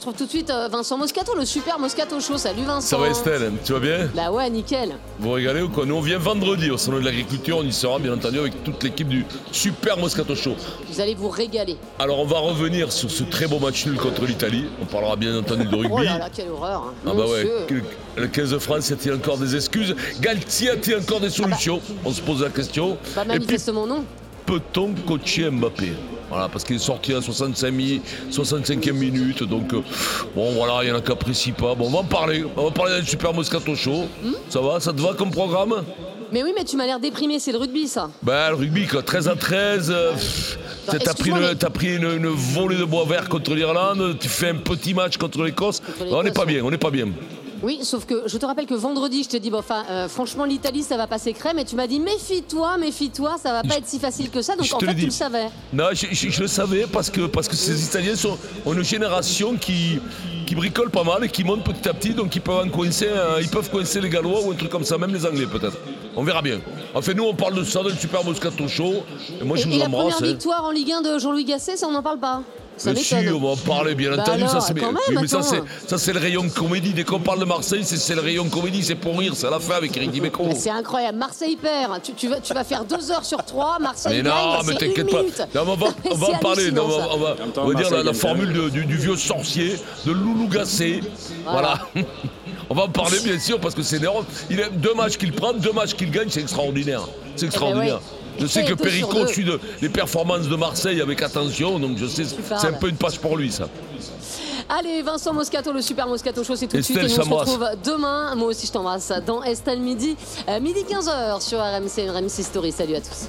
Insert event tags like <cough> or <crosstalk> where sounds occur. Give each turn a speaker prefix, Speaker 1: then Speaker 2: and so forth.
Speaker 1: Je trouve tout de suite euh, Vincent Moscato, le super Moscato Show. Salut Vincent.
Speaker 2: Ça va Estelle, tu vas bien
Speaker 1: Bah ouais, nickel.
Speaker 2: Vous régalez ou quoi Nous on vient vendredi au salon de l'agriculture, on y sera bien entendu avec toute l'équipe du Super Moscato Show.
Speaker 1: Vous allez vous régaler.
Speaker 2: Alors on va revenir sur ce très beau match nul contre l'Italie, on parlera bien entendu de rugby.
Speaker 1: Oh là là, quelle horreur. hein.
Speaker 2: Ah
Speaker 1: Mon
Speaker 2: bah ouais,
Speaker 1: Dieu.
Speaker 2: que- le 15 de France a-t-il encore des excuses Galtier a-t-il encore des solutions On se pose la question.
Speaker 1: Ah Bah
Speaker 2: Et puis
Speaker 1: manifestement non.
Speaker 2: peut-on coacher Mbappé voilà, parce qu'il est sorti à 65 mi- 65e minute, donc euh, bon voilà, il y en a qui apprécient pas. Bon, on va en parler, on va parler d'un super Moscato Show.
Speaker 1: Hmm
Speaker 2: Ça va, ça te va comme programme
Speaker 1: Mais oui, mais tu m'as l'air déprimé, c'est le rugby ça.
Speaker 2: Bah, le rugby, quoi, 13 à 13. euh, pff, t'as- T'as pris,
Speaker 1: excuse-moi,
Speaker 2: le-
Speaker 1: mais-
Speaker 2: t'as pris une, une volée de bois vert contre l'Irlande, tu fais un petit match contre l'Écosse.
Speaker 1: l'Écosse,
Speaker 2: On n'est pas
Speaker 1: ouais.
Speaker 2: bien, on n'est pas bien.
Speaker 1: Oui, sauf que je te rappelle que vendredi, je te dis, bon, enfin, euh, franchement, l'Italie, ça va passer crème. Et tu m'as dit, méfie-toi, méfie-toi, ça va pas être si facile que ça. Donc
Speaker 2: je
Speaker 1: en
Speaker 2: te
Speaker 1: fait,
Speaker 2: le dis.
Speaker 1: tu le savais.
Speaker 2: Non, je, je- je le savais parce que, parce que ces Italiens sont ont une génération qui, qui bricole pas mal et qui monte petit à petit, donc ils peuvent en coincer, euh, ils peuvent coincer les Gallois ou un truc comme ça, même les Anglais peut-être. On verra bien. Enfin, nous, on parle de ça, de Super Moscato Show. Et moi,
Speaker 1: Et,
Speaker 2: je
Speaker 1: et
Speaker 2: vous
Speaker 1: la
Speaker 2: embrasse.
Speaker 1: première
Speaker 2: hein.
Speaker 1: victoire en Ligue 1 de Jean-Louis Gasset, ça, on n'en parle pas. Ça
Speaker 2: Bien sûr,
Speaker 1: m'étonne.
Speaker 2: on va en parler, bien
Speaker 1: Bah
Speaker 2: entendu.
Speaker 1: alors,
Speaker 2: ça, c'est...
Speaker 1: quand
Speaker 2: oui,
Speaker 1: même,
Speaker 2: mais ça,
Speaker 1: attends.
Speaker 2: c'est, ça, c'est le rayon comédie. Dès qu'on parle de Marseille, c'est, c'est le rayon comédie, c'est pour rire, c'est à la fin avec Eric Dimeco.
Speaker 1: Bah, C'est incroyable. Marseille perd. Tu, tu vas, tu vas faire deux heures sur trois. Marseille
Speaker 2: Mais
Speaker 1: gagne.
Speaker 2: non, mais
Speaker 1: c'est
Speaker 2: t'inquiète
Speaker 1: une
Speaker 2: pas.
Speaker 1: minute.
Speaker 2: Non, mais
Speaker 1: <laughs>
Speaker 2: on va,
Speaker 1: Mais
Speaker 2: on va
Speaker 1: c'est
Speaker 2: en parler. Non,
Speaker 1: hallucinant,
Speaker 2: on va,
Speaker 1: ça.
Speaker 2: on va-
Speaker 3: En même temps,
Speaker 2: on va dire la, la
Speaker 3: Marseille gagne
Speaker 2: formule de- du, du vieux sorcier, de Loulou Gassé. Voilà. <laughs> on va en parler, bien sûr, parce que c'est énorme. Il a deux matchs qu'il prend, deux matchs qu'il gagne, c'est extraordinaire. C'est extraordinaire.
Speaker 1: Eh ben ouais.
Speaker 2: Je sais que
Speaker 1: Deux sur
Speaker 2: Perico
Speaker 1: deux.
Speaker 2: suit de- les performances de Marseille avec attention, donc je sais, c'est un
Speaker 1: parles.
Speaker 2: peu une passe pour lui, ça.
Speaker 1: Allez, Vincent Moscato, le super Moscato Show, c'est tout de suite. Et
Speaker 2: Estelle
Speaker 1: nous, on se
Speaker 2: s'embrasse.
Speaker 1: retrouve demain. Moi aussi, je t'embrasse dans Estelle Midi, euh, midi 15h sur RMC, RMC Story. Salut à tous.